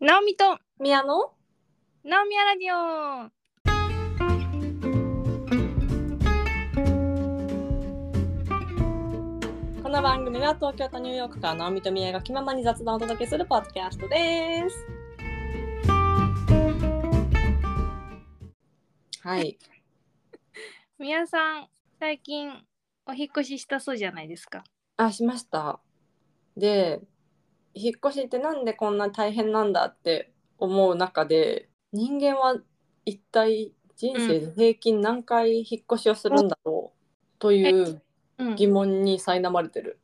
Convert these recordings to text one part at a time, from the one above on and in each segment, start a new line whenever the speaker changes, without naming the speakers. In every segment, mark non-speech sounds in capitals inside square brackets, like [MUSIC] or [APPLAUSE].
ナオミと
宮野
ナオミアラディオ
この番組は東京とニューヨークから直美と宮が気ままに雑談をお届けするポッドキャストです。はい、
皆さん最近お引っ越ししたそうじゃないですか
あしました。で引っ越しってなんでこんな大変なんだって思う中で人間は一体人生で平均何回引っ越しをするんだろうという
[LAUGHS] うん
疑問に苛まれてる。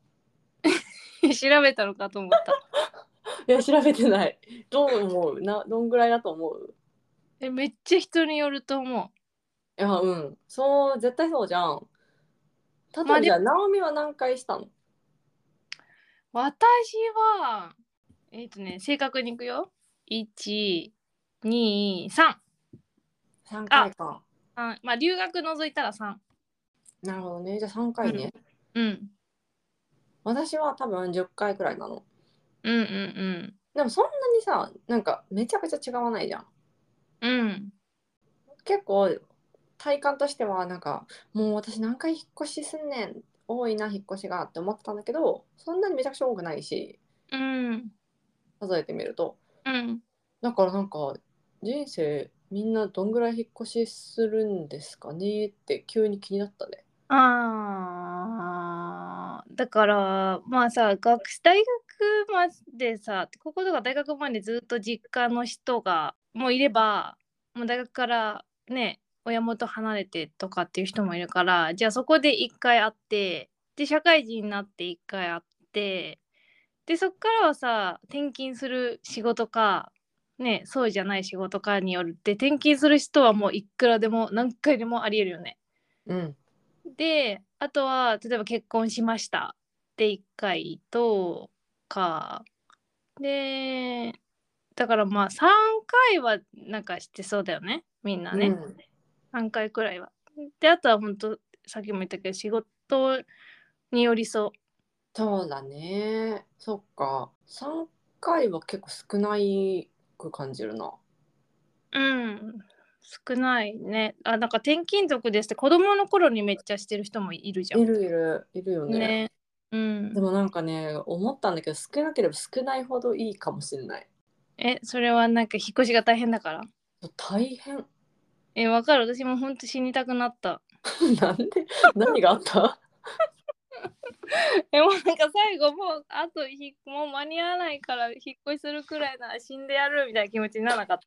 調べたのかと思った
いや調べてない。どう思うなどんぐらいだと思う
えめっちゃ人によると思
いやうんそう絶対そうじゃん例えばじゃあ直美は何回したの
う私はえっ、とね正確にいくよ1233
?3 回か
まあ留学除いたら3
なるほどねじゃあ3回ね、
うん
私は多分10回くらいなの
うんうん
でもそんなにさなんかめちゃくちゃ違わないじゃん
うんうん
結構体感としてはなんかもう私何回引っ越しすんねん多いな引っ越しがって思ってたんだけどそんなにめちゃくちゃ多くないし
うん
数えてみると
うん
だからなんか人生みんなどんぐらい引っ越しするんですかねって急に気になったね
あーだからまあさ学大学までさこことか大学までずっと実家の人がもういればもう大学からね親元離れてとかっていう人もいるからじゃあそこで一回会ってで社会人になって一回会ってでそっからはさ転勤する仕事かねそうじゃない仕事かによるって転勤する人はもういくらでも何回でもありえるよね。
うん
であとは例えば結婚しましたって1回とかでだからまあ3回はなんかしてそうだよねみんなね、
うん
3回くらいは。であとは本当さっきも言ったけど仕事によりそ
そうだねそっか3回は結構少ないく感じるな
ううん少ないねあなんか転勤族ですって子供の頃にめっちゃしてる人もいるじゃ
い
ん。
るいるいるよね
ねうん
で、もなんかね思ったんだけど少なければ少ないほどいいかもしれない
えそれはなんか引っ越しが大変だから
大変 [LAUGHS]
えわかる私も本当死にたくなった
なんで [LAUGHS] 何があった [LAUGHS]
[LAUGHS] でもなんか最後もうあとひもう間に合わないから引っ越しするくらいなら死んでやるみたいな気持ちにならなかっ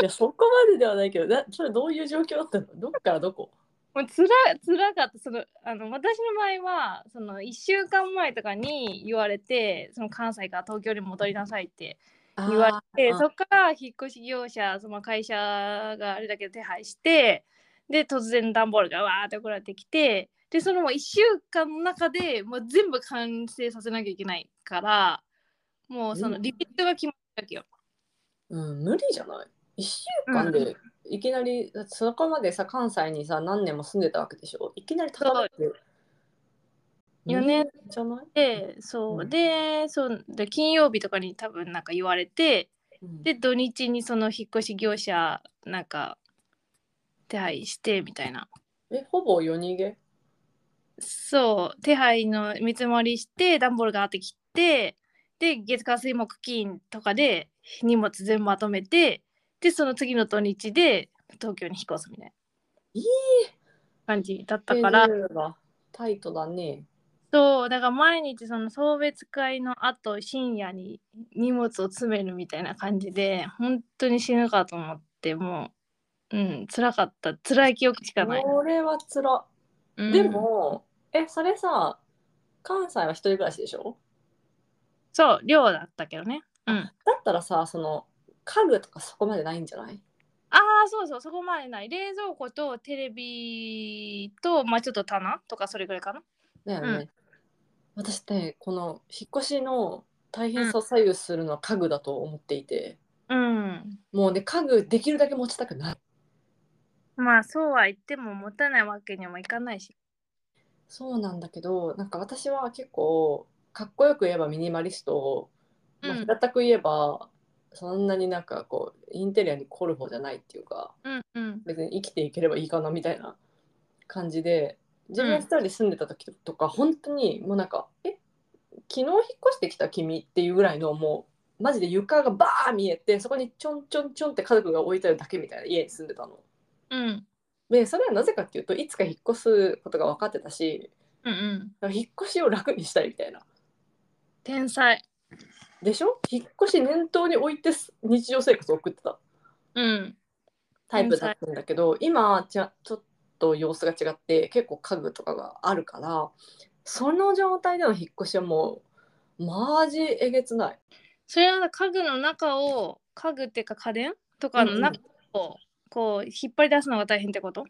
いやそこまでではないけどなそれどういう状況だったのどっからどこ
たもうつらつらかったそのあの私の場合はその1週間前とかに言われてその関西から東京に戻りなさいって言われて
あー
そっから引っ越し業者その会社があれだけど手配してで突然段ボールがわーって送られてきてでそのもう1週間の中でもう全部完成させなきゃいけないからもうそのリミットが決まったわけよ。
うん、無理じゃない1週間でいきなり、だってそこまでさ関西にさ何年も住んでたわけでしょいきなり畳って
よね
無理じゃない、
でそう、
うん
でそうで金曜日とかに多分なんか言われて
うん
で土日にその引っ越し業者なんか手配してみたいな
えほぼ夜逃げ
そう手配の見積もりして段ボールがあってきてで月火水木金とかで荷物全部まとめてでその次の土日で東京に引っ越すみたいな。
いい
感じだったから
スケジュールがタイトだね
そうだから毎日その送別会のあと深夜に荷物を詰めるみたいな感じで本当に死ぬかと思ってもううん辛かった辛い記憶しかない、
これはつら
うん
でも、えそれさ関西は一人暮らしでしょ
そう寮だったけどねうん
だったらさその家具とかそこまでないんじゃない
ああそうそうそこまでない冷蔵庫とテレビとまあちょっと棚とかそれぐらいかな
だよね、
うん
私ねこの引っ越しの大変さを左右するのは家具だと思っていて、
うん
もうね家具できるだけ持ちたくない
まあそうは言っても持たないわけにもいかないし
そうなんだけどなんか私は結構かっこよく言えばミニマリスト、まあ
うん
平たく言えばそんなになんかこうインテリアに凝る方じゃないっていうか
うんうん
別に生きていければいいかなみたいな感じで自分一人で住んでた時とか、本当にもうなんか「え昨日引っ越してきた君」っていうぐらいのもうマジで床がバー見えてそこにちょんちょんちょんって家族が置いてあるだけみたいな家に住んでたの。
うん
でそれはなぜかっていうといつか引っ越すことが分かってたし
うんうん
引っ越しを楽にしたいみたいな。
天才
でしょ引っ越し念頭に置いてす日常生活を送ってた
うん
タイプだったんだけど今ちゃちょっと様子が違って結構家具とかがあるからその状態での引っ越しはもうマジえげつない。
それは家具の中を家具っていうか家電とかの中を、こう引っ張り出すのが大変ってこと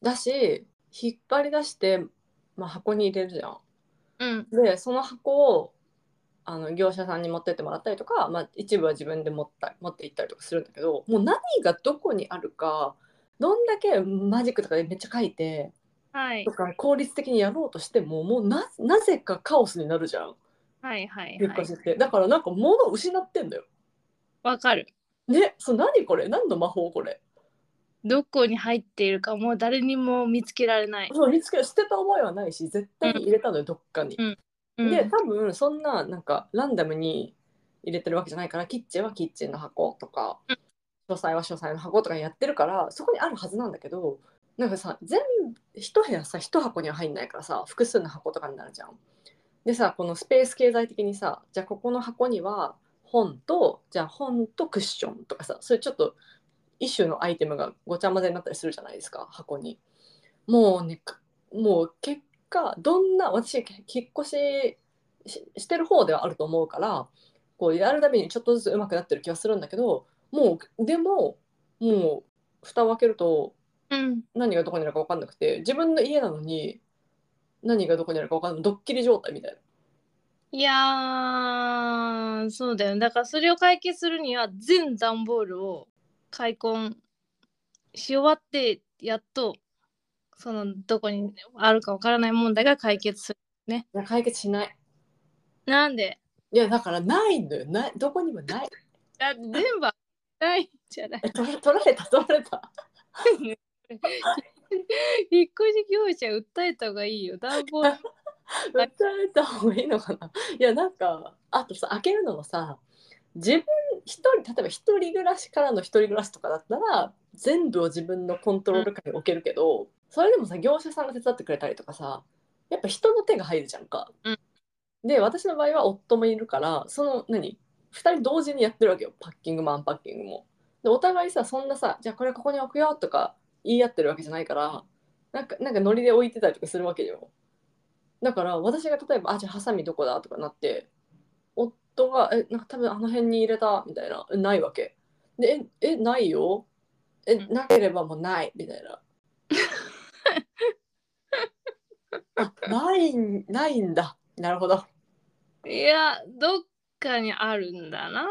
だし引っ張り出して、まあ、箱に入れるじゃん。
うん
でその箱をあの業者さんに持ってってもらったりとか、まあ、一部は自分で持った持って行ったりとかするんだけどもう何がどこにあるかどんだけマジックとかでめっちゃ書いて
はい
とか効率的にやろうとしてももうななぜかカオスになるじゃん
はいはい
引っ
は
越
い
しって、だからなんか物を失ってんだよ
わかる
ねそう何これ何の魔法これ
どこに入っているかもう誰にも見つけられない、
そう見つけ捨てた思いはないし絶対に入れたのよどっかに、
うん、
で多分そんななんかランダムに入れてるわけじゃないからキッチンはキッチンの箱とか
うん
書斎は書斎の箱とかやってるからそこにあるはずなんだけどなんかさ全部一部屋さ一箱には入んないからさ複数の箱とかになるじゃん。でさこのスペース経済的にさじゃあここの箱には本とじゃあ本とクッションとかさそういうちょっと一種のアイテムがごちゃ混ぜになったりするじゃないですか箱に。もうねかもう結果どんな私引っ越しししてる方ではあると思うからこうやるたびにちょっとずつ上手くなってる気がするんだけどもうでももう蓋を開けると
うん
何がどこにあるか分かんなくて自分の家なのに何がどこにあるか分かんないドッキリ状態みたいない
やーそうだよねだからそれを解決するには全段ボールを開墾し終わってやっとそのどこにあるかわからない問題が解決する
いや解決しない
なんで
いやだからないんだよないどこにもない
だって全部はないんじゃない [LAUGHS]
え取ら取られた取られた
引っ越し業者訴えた方がいいよ段ボール
訴えた方がいいのかないやなんかあとさ開けるのもさ自分一人例えば一人暮らしからの一人暮らしとかだったら全部を自分のコントロール下に置けるけど、それでもさ業者さんが手伝ってくれたりとかさやっぱ人の手が入るじゃんか。
うん
で私の場合は夫もいるからその何2人同時にやってるわけよパッキングもアンパッキングも。でお互いさそんなさじゃあこれここに置くよとか言い合ってるわけじゃないからなんかなんかノリで置いてたりとかするわけよ。だから私が例えば「あじゃあハサミどこだ?」とかなって夫が「えなんか多分あの辺に入れた」みたいな「えないわけ」で「ええないよ」え
うん
なければもうないみた
[LAUGHS]
いなあないんないんだなるほど
いやどっかにあるんだな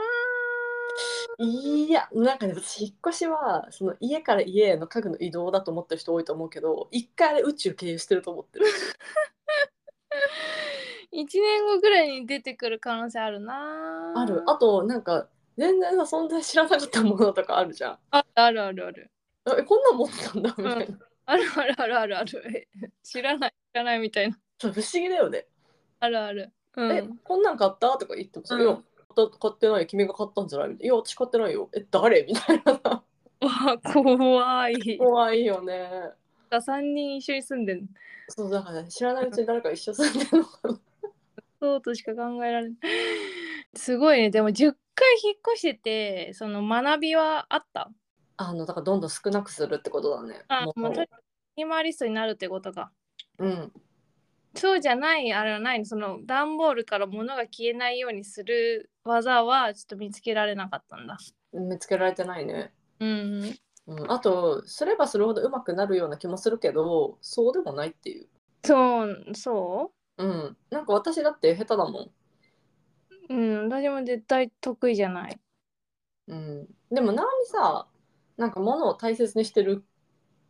い
やなんかね私引っ越しはその家から家への家具の移動だと思ってる人多いと思うけど一回で宇宙経由してると思ってる
1年後ぐらいに出てくる可能性あるな
あるあとなんか全然さ存在知らなかったものとかあるじゃん
ああるあるある
えこんなん持ってたんだみたいな、
うんあるあるあるあるある [LAUGHS] 知らない知らないみたいな
そう不思議だよね、
あるあるう
え
ん
こんなん買ったとか言ってもさ、
うん
いや買った買ってないよ君が買ったんじゃないみたいないや私買ってないよえ誰みたいな
わ [LAUGHS] 怖い [LAUGHS]
怖いよね
3人一緒に住んでる
そうだから、知らないうちに誰か一緒住んでるのかな [LAUGHS]
そうとしか考えられないすごいねでも10回引っ越しててその学びはあった
あのだからどんどん少なくするってことだね
あ
もう
もうとにかくミニマリストになるってことか
うん
そうじゃないあれはないその段ボールから物が消えないようにする技はちょっと見つけられなかったんだ
見つけられてないね
うん
うん、あとすればするほど上手くなるような気もするけどそうでもないっていう
そうそ
うんなんか私だって下手だも
ううん私も絶対得意じゃない
ん、うん、でもなおみさなんか物を大切にしてる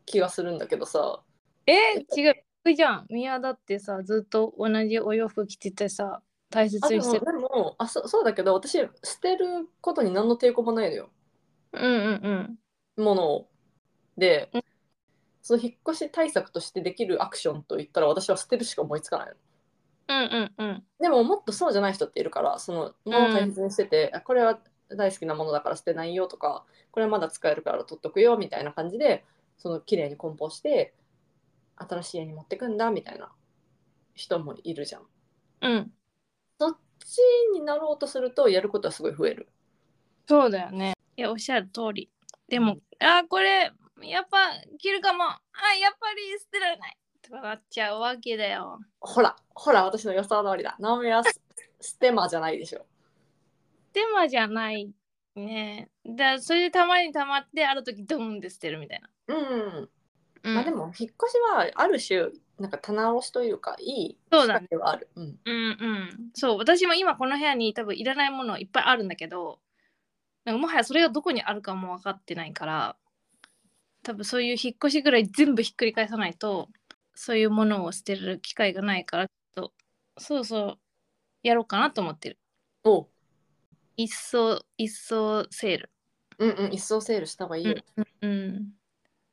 気がするんだけどさ
え違う得意じゃん宮だってさずっと同じお洋服着ててさ大切
あで
にして
も
る
でもあそそうだけど私捨てることに何の抵抗もないのよ
うんうん
ものを。で
うん
その引っ越し対策としてできるアクションといったら私は捨てるしか思いつかないの。
うんうんうんうん
でももっとそうじゃない人っているからそのものを大切にしてて、あこれは大好きなものだから捨てないよとかこれはまだ使えるから取っとくよみたいな感じでその綺麗に梱包して新しい家に持ってくんだみたいな人もいるじゃん。
うん
そっちになろうとするとやることはすごい増える。
そうだよねいやおっしゃる通りで
う
もあーこれやっぱ着るかもあーやっぱり捨てられないとかなっちゃうわけだよ
ほらほら私の予想通りだ。ナオミはスステマじゃないでしょ。
デマじゃないねだそれでたまにたまってある時ドンって捨てるみたいな、
うん、
うん、
まあでも引っ越しはある種なんか棚卸しというかいい
そうだね
仕掛けはある。うん
うんうんそう私も今この部屋に多分いらないものいっぱいあるんだけどなんかもはやそれがどこにあるかも分かってないから多分そういう引っ越しぐらい全部ひっくり返さないとそういうものを捨てる機会がないからちょっとそうそうやろうかなと思ってる
おう
一層一層セール
うんうん一層セールした方がいいよ。
うん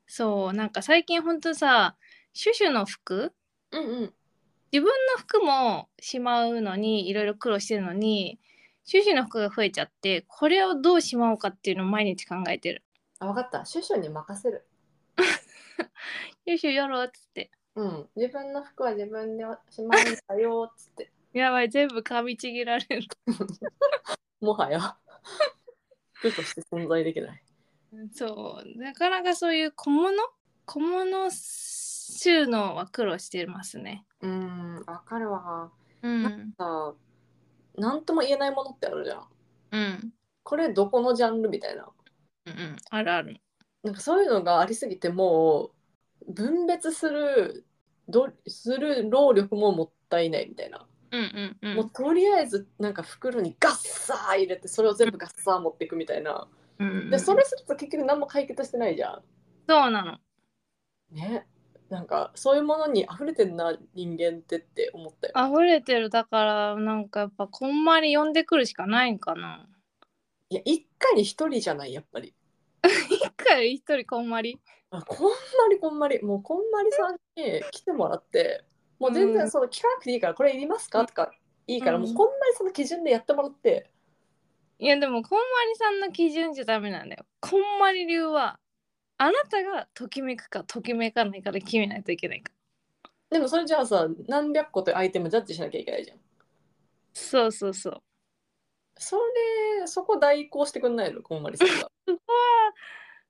そうなんか最近ほんとさシュシュの服
うんうん。
自分の服もしまうのにいろいろ苦労してるのにシュシュの服が増えちゃってこれをどうしまおうかっていうのを毎日考えてる。
あ、わかった。シュシュに任せる。
シュシュやろうっつって
うん。自分の服は自分でしまうんだよっつって。
やばい全部噛みちぎられる。
[LAUGHS]
[LAUGHS]
もはや服として存在できない。
そうなかなかそういう小物小物収納は苦労してますね。
うーん、わかるわ。
うん、
さあ、なんとも言えないものってあるじゃん。
うん、
これどこのジャンルみたいな。
うん、あるある。
なんかそういうのがありすぎてもう分別するどする労力ももったいないみたいな、
うんうんう
もうんとりあえずなんか袋にガッサー入れてそれを全部ガッサー持っていくみたいな、
うんうん。
でそれすると結局何も解決してないじゃ
そうなの。
んねなんかそういうものに溢れてんな人間ってって思ったよ
溢れてるだからなんかやっぱこんまり呼んでくるしかないんかな。
いや一家に一人じゃないやっぱり
一回一人こんまり。
あこんまりこんまりもうこんまりさんに来てもらってもう全
う
然
ん
その聞かなくていいからこれいりますかとかいいから、
うん
もうこんまりさんの基準でやってもらって
いやでもこんまりさんの基準じゃダメなんだよ。こんまり流はあなたがときめくかときめかないかで決めないといけないから。
でもそれじゃあさ何百個というアイテムジャッジしなきゃいけないじゃん
そうそうそう。
それそこ代行してくんないのこんまりさん
[LAUGHS]
が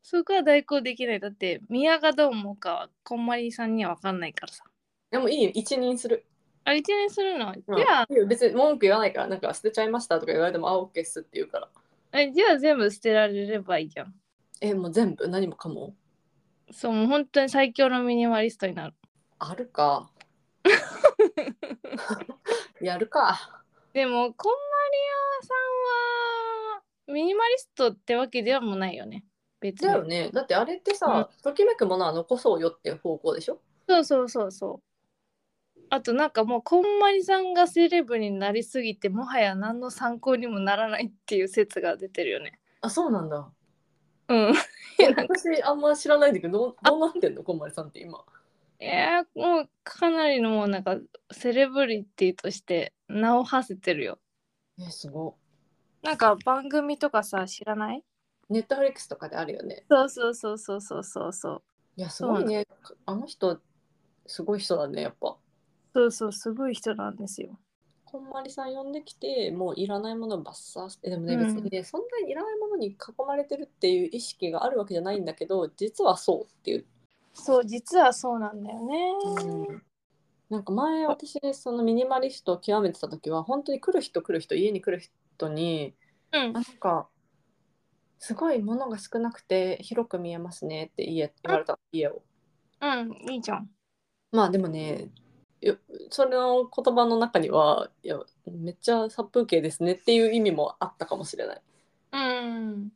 そこは代行できない。だって宮がどう思うかはこんまりさんには分かんないからさ。
でもいいよ一任する、
あ一年するの、
うん
じゃあ
いいよ別に文句言わないからなんか捨てちゃいましたとか言われてもあオッケーっすって言うから
えじゃあ全部捨てられればいいじゃん。
えもう全部何もかも
そうもう本当に最強のミニマリストになる。
あるかやるか
でもこんまりさんはミニマリストってわけではもうないよね。別に
だ。よねだってあれってさ、ときめくものは残そうよっていう方向でしょ
そうそうそうそう。あとなんかもうこんまりさんがセレブになりすぎてもはや何の参考にもならないっていう説が出てるよね。
あそうなんだ
うん。
私あんま知らないんだけどどうどうなってんのこんまりさんって今
[LAUGHS] いやーもうかなりのもうなんかセレブリティとして名を馳せてるよ。
えすご
なんか番組とかさ知らない
ネットフリックスとかであるよね
そうそうそうそうそうそうそう。
いやすごいねあの人すごい人だねやっぱ
そうそうすごい人なんですよ。
こんまりさん呼んできてもういらないものをバッサーしてでもね
うん
別にね、そんなにいらないものに囲まれてるっていう意識があるわけじゃないんだけど実はそうっていう、
そう実はそうなんだよね。
なんか前私そのミニマリストを極めてた時は本当に来る人来る人家に来る人に
うん。
なんかすごい物が少なくて広く見えますねって家言われた家を
うんいいじゃん。
まあでもねよその言葉の中にはいやめっちゃ殺風景ですねっていう意味もあったかもしれない
うん。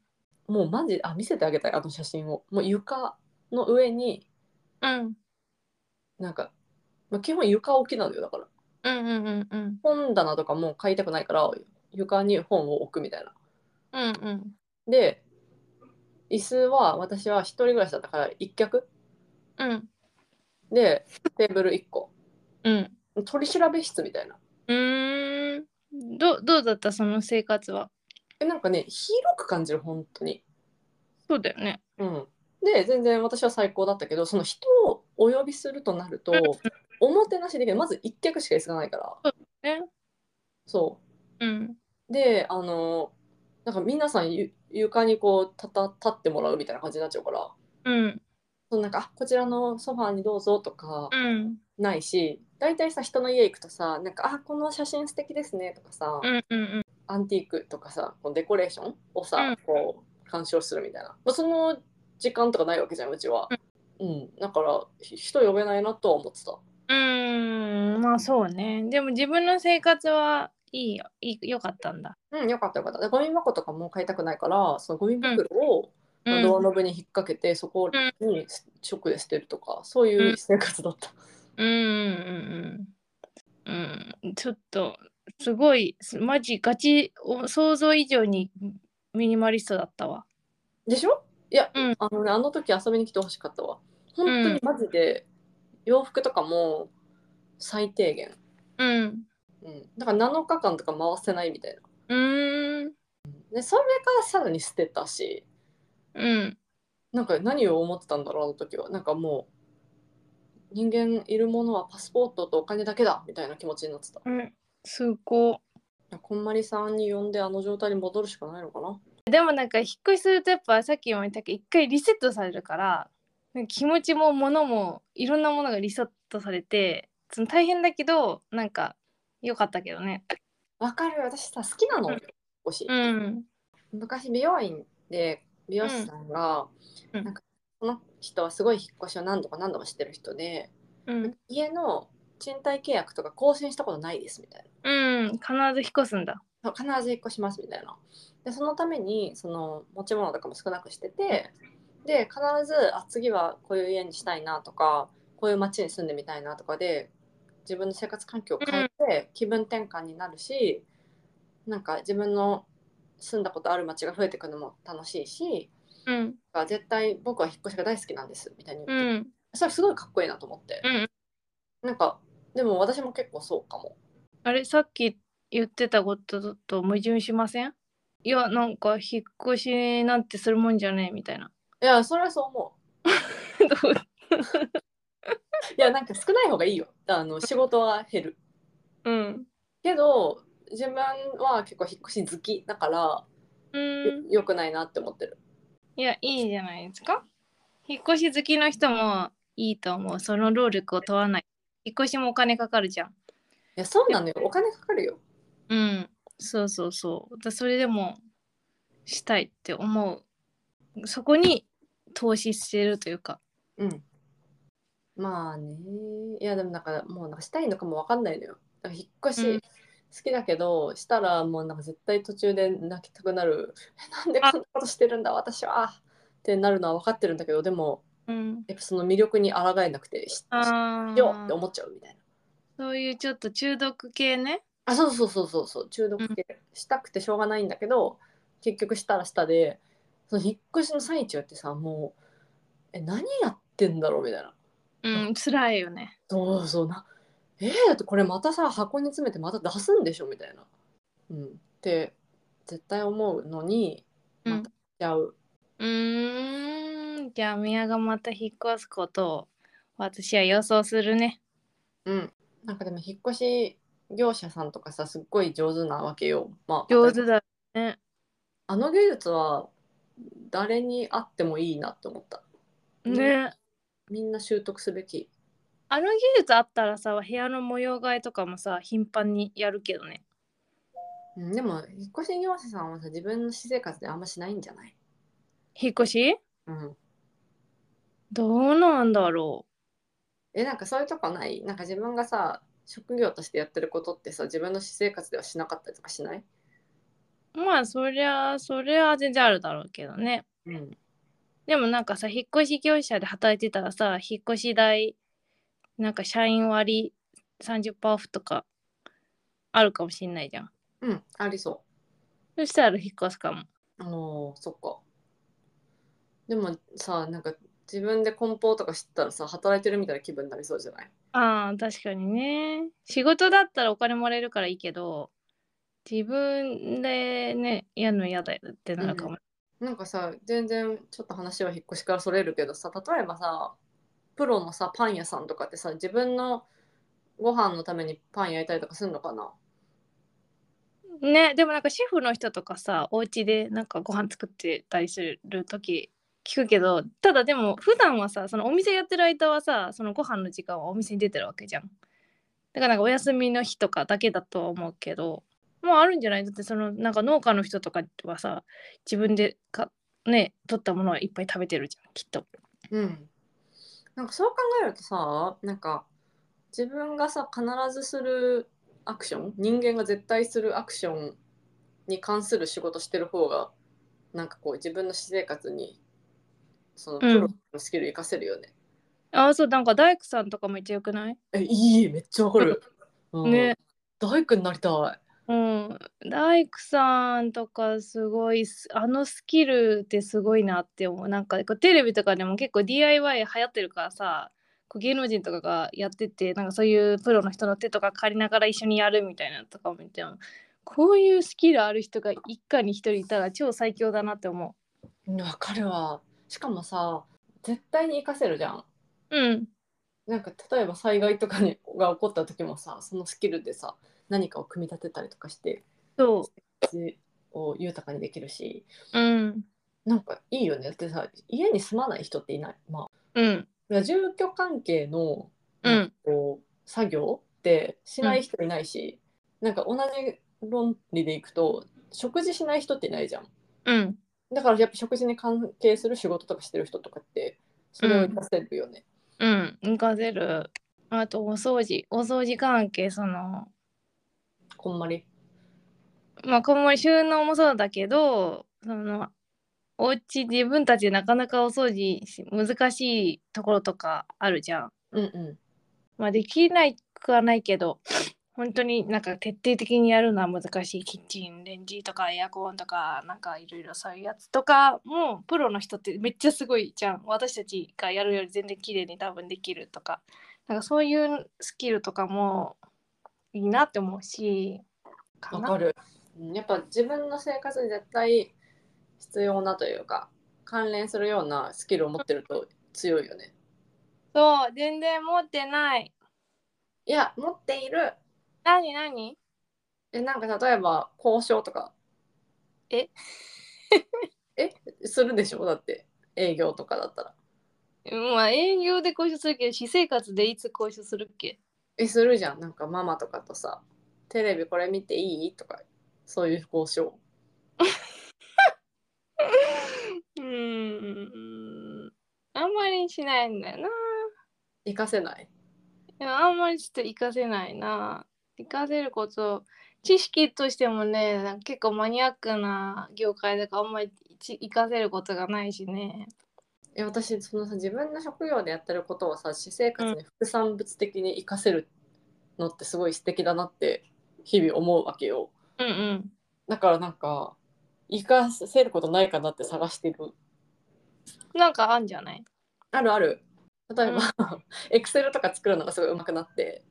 もうマジあ見せてあげたいあの写真をもう床の上に
うん。
なんか、まあ、基本床置きなのよだから
うんうんうんうん
本棚とかもう買いたくないから床に本を置くみたいな。
うんうん
で椅子は私は一人暮らしだったから一脚
うん
でテーブル1個
うん
取り調べ室みたいな。
うーんどどうだったその生活は
えなんかね広く感じる本当に。
そうだよね
うん、で全然私は最高だったけどその人をお呼びするとなるとおもてなしできないまず一脚しか椅子がないから。
ね
そ
うん
うであのなんか皆さんゆ床にこうたた立ってもらうみたいな感じになっちゃうから。
うん
そのなんかあこちらのソファーにどうぞとか
うん
ないし大体さ人の家行くとさなんかあこの写真素敵ですねとかさ、
うんうんうん
アンティークとかさこうデコレーションをさ、
うん
こう鑑賞するみたいな、まあ、その時間とかないわけじゃんうちは、うんだからひ人呼べないなとは思ってた
うーんまあそうねでも自分の生活はいいよいいよかったんだ
うんよかったよかったでゴミ箱とかも買いたくないからそのゴミ袋を、
う
まあ
ん
ドアノブに引っ掛けてそこに直で捨てるとかそういう生活だった、
うんうんうんうんうんちょっとすごいすマジガチお想像以上にミニマリストだったわ
でしょいや、
うん
あのねあの時遊びに来てほしかったわ本当にマジで洋服とかも最低限、
うん
うん、だから7日間とか回せないみたいな
うーん
でそれからさらに捨てたし
うん
なんか何を思ってたんだろうあの時はなんかもう人間いるものはパスポートとお金だけだみたいな気持ちになってたい
うんすご
やこんまりさんに呼んであの状態に戻るしかないのかない
でもなんか引っ越しするとやっぱさっきも言ったけど一回リセットされるからなんか気持ちも物もいろんなものがリセットされてその大変だけどなんか良かったけどね
わかる私さ好きなの
うん
引っ越し
うん
昔美容院で美容師さんが、
うん
なんかこの人はすごい引っ越しを何度か何度もしてる人で、
うん
家の賃貸契約とか更新したことないですみたいな。
うん必ず引っ越すんだ
そう必ず引っ越しますみたいなでそのためにその持ち物とかも少なくしててで必ずあ次はこういう家にしたいなとかこういう街に住んでみたいなとかで自分の生活環境を変えて気分転換になるし、なんか自分の住んだことある街が増えてくのも楽しいし
うん
なんか絶対僕は引っ越しが大好きなんですみたいに
う
言っ
ん
て、それすごいかっこいいなと思って
う、ん
なんかでも私も結構そうかも。
あれさっき言ってたことと矛盾しませんいやなんか引っ越しなんてするもんじゃねえみたいな。
いやそれはそう思う。
どう
いやなんか少ない方がいいよあの仕事は減る
[LAUGHS] うん。
けど自分は結構引っ越し好きだから、
うん。
よくないなって思ってる
いやいいじゃないですか。引っ越し好きの人もいいと思う。その労力を問わない。引っ越しもお金かかるじゃん。
いやそうなのよお金かかるよ
うん。そうそうそう。だそれでもしたいって思う。そこに投資してるというか。
うんまあねいやでもなんかもうなんかしたいのかも分かんないのよなんか引っ越
うん
し好きだけど、したらもうなんか絶対途中で泣きたくなるえなんでこんなことしてるんだ私はってなるのは分かってるんだけどでも
うん。
やっぱその魅力に抗えなくてし
あ
しようって
あ。
思っちゃうみたいな
そういうちょっと中毒系ね。
あそうそうそうそうそう中毒系、したくてしょうがないんだけど結局したらしたでその引っ越しの最中ってさもうえ何やってんだろうみたいな
うん。辛いよね。
そうそうなえー、だってこれまたさ箱に詰めてまた出すんでしょみたいなうんって絶対思うのに
うん
またしちゃう、
うーん、じゃあ宮がまた引っ越すことを私は予想するね。
うんなんかでも引っ越し業者さんとかさすっごい上手なわけよまあ
上手だね。
あの技術は誰にあってもいいなって思った
ね。
みんな習得すべき
あの技術あったらさ、部屋の模様替えとかもさ、頻繁にやるけどね。
うんでも引っ越し業者さんはさ自分の私生活であんましないんじゃない、
引っ越し
うん、
どうなんだろ
えなんかそういうとこないなんか自分がさ職業としてやってることってさ自分の私生活ではしなかったりとかしない、
う。まあ、そりゃ、それは全然あるだろうけどね。
うん、
でもなんかさ、引っ越し業者で働いてたらさ、引っ越し代、なんか社員割30%オフとかあるかもしんないじゃん
うん、ありそ
そしたら引っ越すかも
う。あのーそっか。でもさ、なんか自分で梱包とか知ったらさ、働いてるみたいな気分になりそうじゃない
あー確かにね仕事だったらお金もらえるからいいけど自分でねやるの嫌だよってなるかも、
なんかさ、全然ちょっと話は引っ越しからそれるけどさ、例えばさ、プロのさ、パン屋さんとかってさ、自分のご飯のためにパン焼いたりとかするのかな
ねでもなんか主婦の人とかさお家でなんかご飯作ってたりする時聞くけどただでも普段はさそのお店やってる間はさそのご飯の時間はお店に出てるわけじゃんだからなんかお休みの日とかだけだとは思うけどまああるんじゃないだってそのなんか農家の人とかはさ自分でかね取ったものはいっぱい食べてるじゃんきっと
うん。なんかそう考えるとさ、なんか自分がさ、必ずするアクション、人間が絶対するアクションに関する仕事してる方が、なんかこう自分の私生活にそのプロのスキル活かせるよね。
ああそうなんか大工さんとかめっちゃよくない
え、いい、めっちゃわかる。うん
ね。
大工になりたい。
うん、大工さんとかすごいすあのスキルってすごいなって思うなんかこうテレビとかでも結構 DIY 流行ってるからさこう芸能人とかがやっててなんかそういうプロの人の手とか借りながら一緒にやるみたいなのとかも見てもこういうスキルある人が一家に一人いたら超最強だなって思
うんわかるわ。しかもさ、絶対に活かせるじゃん。
う。うん
なんか例えば災害とかにが起こった時もさ、そのスキルでさ、何かを組み立てたりとかして、
そ
を豊かにできるし、
ううん
なんかいいよね。だってさ、家に住まない人っていない。まあ、
うん
だから住居関係の、
うん
こう作業ってしない人いないし、なんか同じ論理でいくと、食事しない人っていないじゃん。
うん
だからやっぱ食事に関係する仕事とかしてる人とかってそれを活かせるよね。
うん活かせるあとお掃除お掃除関係その
こんまり。
まあ、こんまり収納もそうだけどそのお家自分たちでなかなかお掃除し難しいところとかあるじゃん。
うんう
まあ、できないくはないけど本当になんか徹底的にやるのは難しいキッチンレンジとかエアコンとかなんかいろいろそういうやつとかもプロの人ってめっちゃすごいじゃん私たちがやるより全然綺麗に多分できるとかなんかそういうスキルとかもいいなって思うし
ん。
か
わ
な
かる。うんやっぱ自分の生活に絶対必要なというか関連するようなスキルを持ってると強いよね。
そう全然持ってない
いや持っている。
なになに
えなんか例えば交渉とか
え
[LAUGHS] えするでしょだって営業とかだったら。
まあ営業で交渉するけど私生活でいつ交渉するっけ
えするじゃんなんかママとかとさ「テレビこれ見ていい?」とかそういう交渉。
うーんあんまりしないんだよな
活かせない。
でもあんまりちょっと活かせないな活かせること知識としてもねなんか結構マニアックな業界だからあんまりち活かせることがないしね
え私そのさ自分の職業でやってることをさ私生活に副産物的に活かせるのってすごい素敵だなって日々思うわけよ
うんうん
だからなんか活かせることないかなって探してる
なんかあんじゃない
あるある例え
うん
ば [LAUGHS] エクセルとか作るのがすごい上手くなって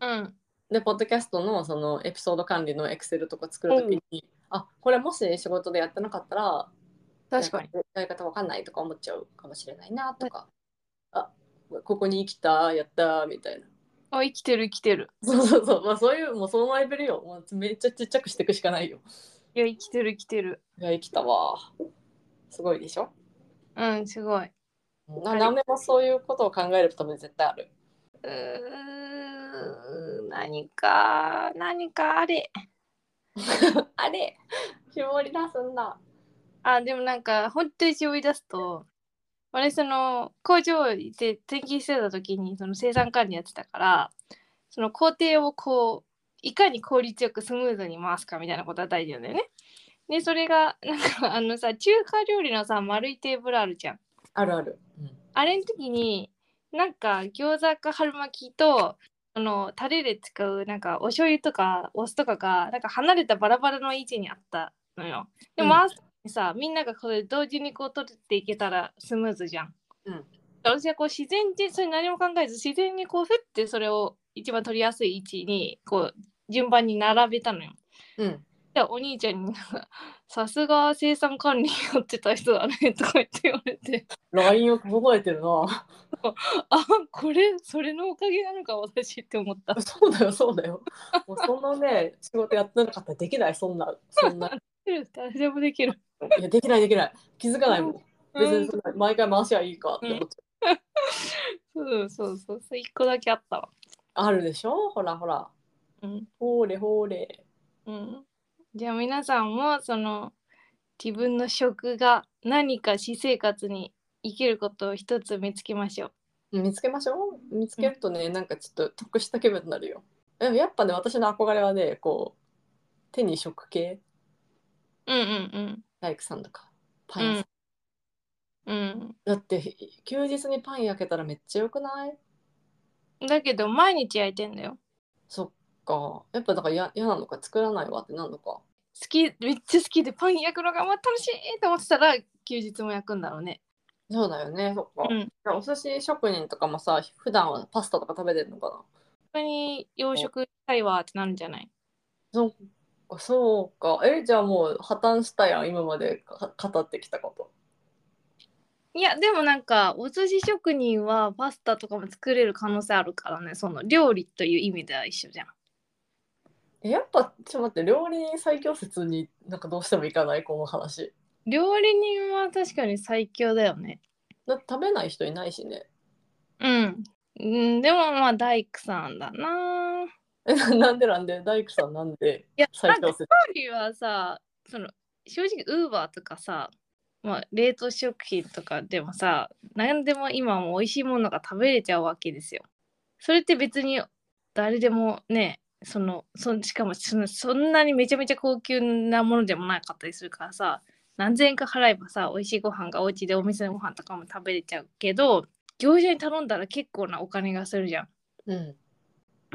うん
でポッドキャストのそのエピソード管理のエクセルとか作るときに、あこれもし仕事でやってなかったら
確かに
なんやり方わかんないとか思っちゃうかもしれないなとか、あここに生きたやったみたいな [LAUGHS]
あ生きてる生きてる
そうそうそう、まあ、そういう、もうそのレベルよ。もうめっちゃちっちゃくしていくしかないよ。
いや生きてる生きてる
いや、生きたわ。すごいでしょ。
うんすごい
な、なめもそういうことを考えると多分絶対ある。
うーん何か何かあれ
あれ、 [LAUGHS] 絞り出すんだ。あ
あでもなんか本当に絞り出すと私その工場で転勤してた時にその生産管理やってたからその工程をこういかに効率よくスムーズに回すかみたいなことは大事なんだよね。でそれがなんかあのさ中華料理のさ丸いテーブルあるじゃん。
るある。
あれの時になんか餃子か春巻きとそのタレで使うなんかお醤油とかお酢とかがなんか離れたバラバラの位置にあったのよ。でも
うん
回す時にさ、みんながこれ同時にこう取っていけたらスムーズじゃん。
うん
私はこう自然にそれ何も考えず自然にこうふってそれを一番取りやすい位置にこう順番に並べたのよ。
うん。
じゃあお兄ちゃんになんか「さすが生産管理やってた人だね」とか言って言われて
LINE よく覚えてるな。 [LAUGHS]
あこれそれのおかげなのか私って思った。 [LAUGHS]
そうだよ、そうだよ。もうそんなね、仕事やってなかったらできない、そんな。そんな。
誰でもできる。
いや、できない、できない。気づかないもん。別
う
に
ん
そんな毎回回しはいいかって思っちゃう。
そうそうそうそう一個だけあったわ。
あるでしょほらほら。
うん
ほれほれ。
うん、じゃあ皆さんもその自分の食が何か私生活に生きることを一つ見つけましょう。
見つけましょう見つけるとね、なんかちょっと得した気分になるよ。でもやっぱね、私の憧れはね、こう、手に食系、
うんうん
大工さんとか、パン屋さ
うん
ん。
うん。
だって、休日にパン焼けたらめっちゃよくない
うん、だけど毎日焼いてんだよ。
そっか。やっぱだからや嫌なのか、作らないわってなるのか。
好きめっちゃ好きでパン焼くのがまあ楽しいと思ってたら休日も焼くんだろうね。
そうだよね、そっか。
うん。
お寿司職人とかもさ、普段はパスタとか食べてるのかな
本当に洋食したいわってなるんじゃない
そっか、そうか。え、じゃあもう破綻したやん、今までか語ってきたこと。
いやでもなんかお寿司職人はパスタとかも作れる可能性あるからねその料理という意味では一緒じゃん。
えやっぱちょっと待って料理人最強説になんかどうしてもいかないこの話
料理人は確かに最強だよね。
だって食べない人いないしね
うん。うん、でもまあ大工さんだな。
えななんでなんで大工さんなんで
いや
最強説
料理はさその正直ウーバーとかさ、まあ、冷凍食品とかでもさ何でも今も美味しいものが食べれちゃうわけですよ。それって別に誰でもねそのそんしかもそのそんなにめちゃめちゃ高級なものでもなかったりするからさ何千円か払えばさ美味しいご飯がお家でお店のご飯とかも食べれちゃうけど餃子に頼んだら結構なお金がするじゃん。
うん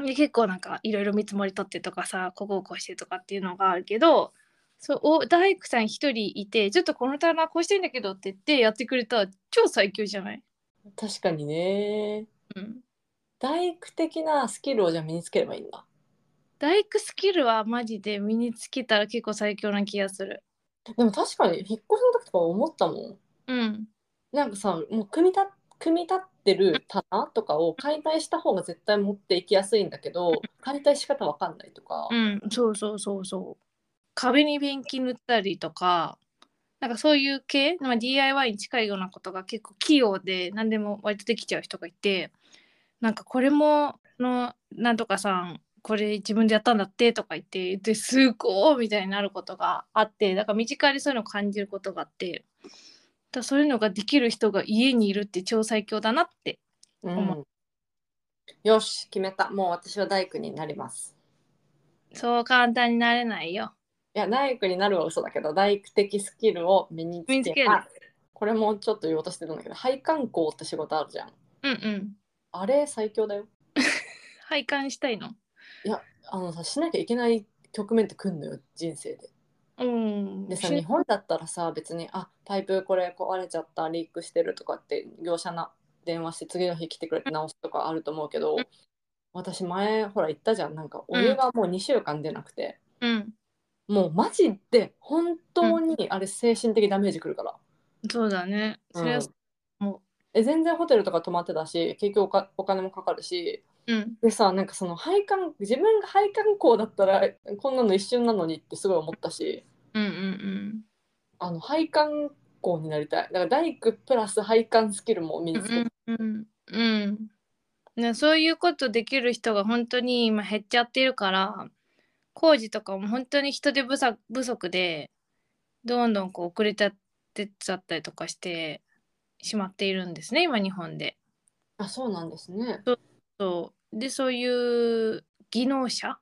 で結構なんかいろいろ見積もり取ってとかさここをこうしてとかっていうのがあるけどそうお大工さん一人いてちょっとこの棚こうしてんだけどって言ってやってくれたら超最強じゃない、
確かにね
うん、
大工的なスキルをじゃあ身につければいいんだ
大工スキルはマジで身につけたら結構最強な気がする。
でも確かに引っ越しの時とか思ったも
うん、
んなんかさもう組み立組み立ってる棚とかを解体した方が絶対持っていきやすいんだけど解体し方わかんないとか、
うん、そうそうそうそう。壁にペンキ塗ったりとかなんかそういう系、まあ、DIY に近いようなことが結構器用で何でも割とできちゃう人がいてなんかこれものなんとかさんこれ自分でやったんだってとか言ってですごいみたいになることがあってだから身近にそういうのを感じることがあってだからそういうのができる人が家にいるって超最強だなって
うん、よし決めたもう私は大工になります
そう簡単になれないよ。
いや大工になるは嘘だけど大工的スキルを身につ
身につ
け
け
た
る
これもちょっと言おうとしてるんだけど配管工って仕事あるじゃん
うんうん。
あれ最強だよ
拝観したいの。
あのさしなきゃいけない局面ってくんのよ人生で
うん。
でさ日本だったらさ別にあパイプこれ壊れちゃったリークしてるとかって業者な電話して次の日来てくれて直すとかあると思うけど私前ほら言ったじゃんなんかお湯がもう2週間出なくて、
うん。
もうマジで本当にあれ精神的ダメージくるから、
そうだね。それは、も
え全然ホテルとか泊まってたし結局おかお金もかかるし
う。うん。
でさなんかその配管自分が配管工だったらこんなの一瞬なのにってすごい思ったし
うんうん
あの配管工になりたいだから大工プラス配管スキルも身
う
につける、
ん。うん。うん。ね、そういうことできる人が本当に今減っちゃってるから、工事とかも本当に人手不足不足で、どんどんこう遅れちゃってっちゃったりとかしてしまっているんですね、今日本で。
あそうなんですね
そうでそういう技能者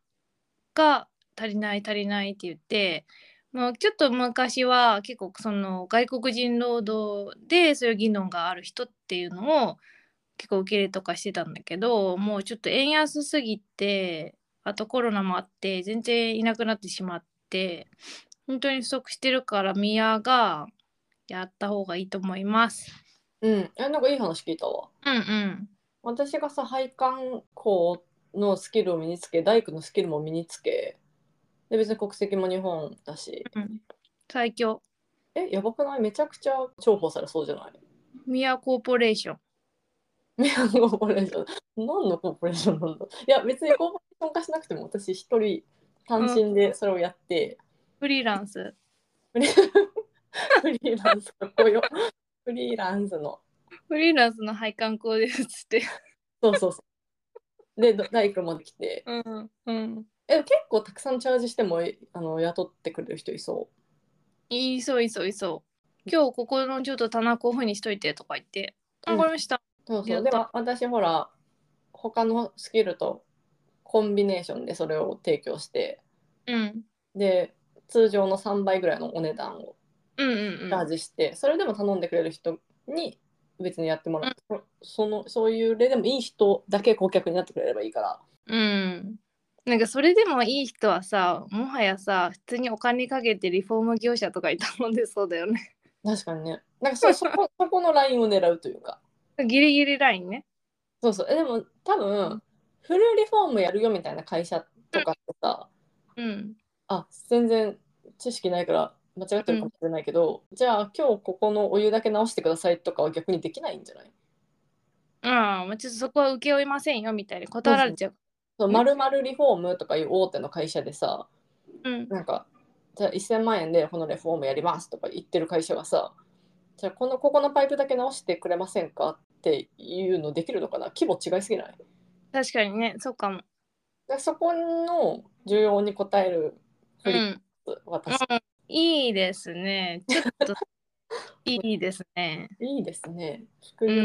が足りない足りないって言って、まあ、ちょっと昔は結構その外国人労働でそういう技能がある人っていうのを結構受け入れとかしてたんだけどもうちょっと円安すぎてあとコロナもあって全然いなくなってしまって本当に不足してるから宮がやった方がいいと思います。
うんえなんかいい話聞いたわ
うんうん。
私がさ配管工のスキルを身につけ大工のスキルも身につけで別に国籍も日本だし
うん、最強
えやばくないめちゃくちゃ重宝されそうじゃない [LAUGHS]
宮コーポレーション。
ミラノコーポレーション何のコーポレーションなんだいや別にコーポレーション化しなくても私一人単身でそれをやって、
フリーランス。
フリーランスかっこよフリーランスの
フリーランスの配管工ですって。
そうそうそうでど大工もできて
うんうん。
え結構たくさんチャージしてもあの雇ってくれる人いそ
いいそういいそういいそう。今日ここのちょっと棚こういうふうにしといてとか言って。
うん
わかりました。
うそうそ
やっ
う
た
でも私ほら他のスキルとコンビネーションでそれを提供して
うん。
で通常の3倍ぐらいのお値段を
うんうんうん。
ラージして、それでも頼んでくれる人に別にやってもらう、そのそういう例でもいい人だけ顧客になってくれればいいから
うん。なんかそれでもいい人はさ、もはやさ、普通にお金かけてリフォーム業者とかに頼んでそうだよね。
確かにねなんかそそこそこのラインを狙うというか
[LAUGHS] ギリギリラインね。
そうそうえでも多分フルリフォームやるよみたいな会社とかってさ、
うん。
あ全然知識ないから間違ってるかもしれないけど、じゃあ今日ここのお湯だけ直してくださいとかは逆にできないんじゃない
うん。ちょっとそこは請け負いませんよみたいに断られちゃう。
そう丸々リフォームとかいう大手の会社でさ、
うん。
なんか、じゃあ1000万円でこのレフォームやりますとか言ってる会社がさ、じゃあこのここのパイプだけ直してくれませんかっていうのできるのかな規模違いすぎない
確かにね、そうかも。
でそこの需要に応える
う
フリッ
ん。
プ、私、
いいですね。ちょっ [LAUGHS] といいですね。
いいですね。副
う
業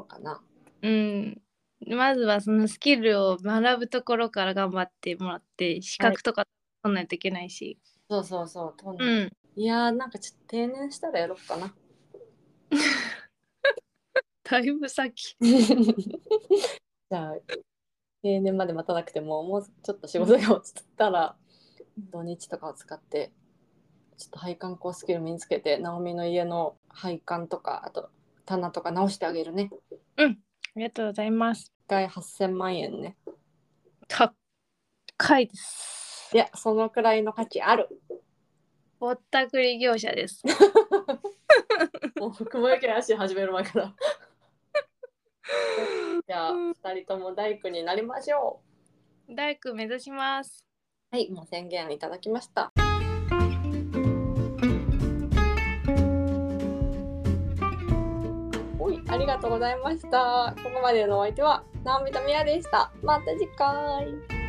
ん。
かな、
うん、まずはそのスキルを学ぶところから頑張ってもらって資格とか取んないといけないし、
そうそうそう、とんで
うん
いやー、なんかちょっと定年したらやろうかな。
だいぶ先
じゃあ、定年まで待たなくても、もうちょっと仕事が落ちたら、土日とかを使って、ちょっと配管工スキル身につけて、ナオミの家の配管とか、あと棚とか直してあげるね。一
ありがとうございます
回8000万円ね。
高いです
いや、そのくらいの価値ある。
ぼったくり業者です
もう、雲行きの足始める前 [LAUGHS] から。じゃあ、二人とも大工になりましょ
大工目指します
う。はい、もう宣言いただきました。はい、ありがとうございました。ここまでのお相手は、ナオミとミヤでした。また次回。